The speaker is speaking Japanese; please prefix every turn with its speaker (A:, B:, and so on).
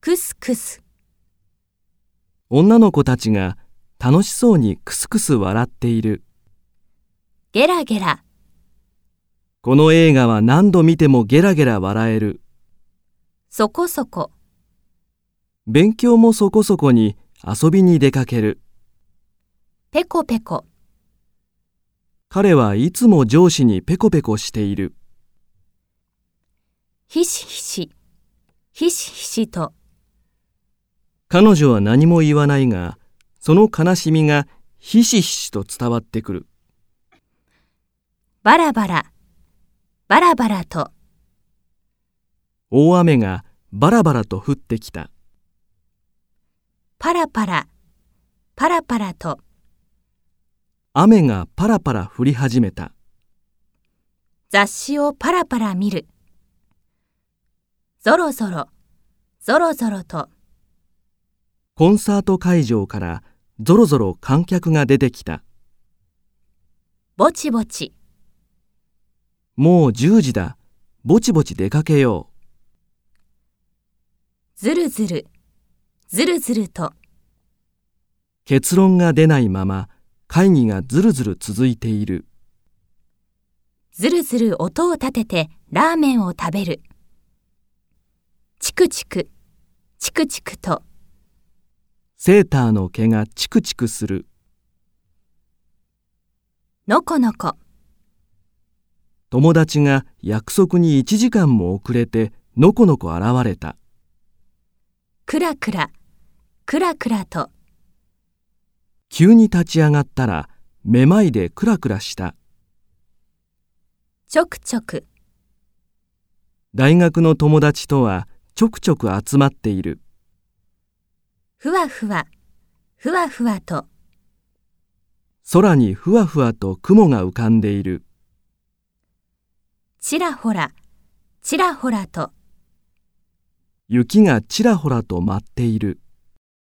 A: クスクス、
B: 女の子たちが楽しそうにクスクス笑っている。
A: ゲラゲラ、
B: この映画は何度見てもゲラゲラ笑える。
A: そこそこ、
B: 勉強もそこそこに遊びに出かける。
A: ペコペコ、
B: 彼はいつも上司にペコペコしている。
A: ひしひし、ひしひしと、
B: 彼女は何も言わないが、その悲しみがひしひしと伝わってくる。
A: バラバラ、バラバラと、
B: 大雨がバラバラと降ってきた。
A: パラパラ、パラパラと、
B: 雨がパラパラ降り始めた。
A: 雑誌をパラパラ見る。ぞろぞろ、ぞろぞろと、
B: コンサート会場からぞろぞろ観客が出てきた。
A: ぼちぼち、
B: もう10時だ。ぼちぼち出かけよう。
A: ずるずる、ずるずると、
B: 結論が出ないまま会議がずるずる続いている。
A: ずるずる音を立ててラーメンを食べる。チクチク、チクチクと、
B: セーターの毛がチクチクする。
A: のこのこ、
B: 友達が約束に1時間も遅れてのこのこ現れた。
A: くらくら、くらくらと、
B: 急に立ち上がったらめまいでクラクラした。
A: ちょくちょく、
B: 大学の友達とはちょくちょく集まっている。
A: ふわふわ、ふわふわと、
B: 空にふわふわと雲が浮かんでいる。
A: ちらほら、ちらほらと、
B: 雪がちらほらと舞っている。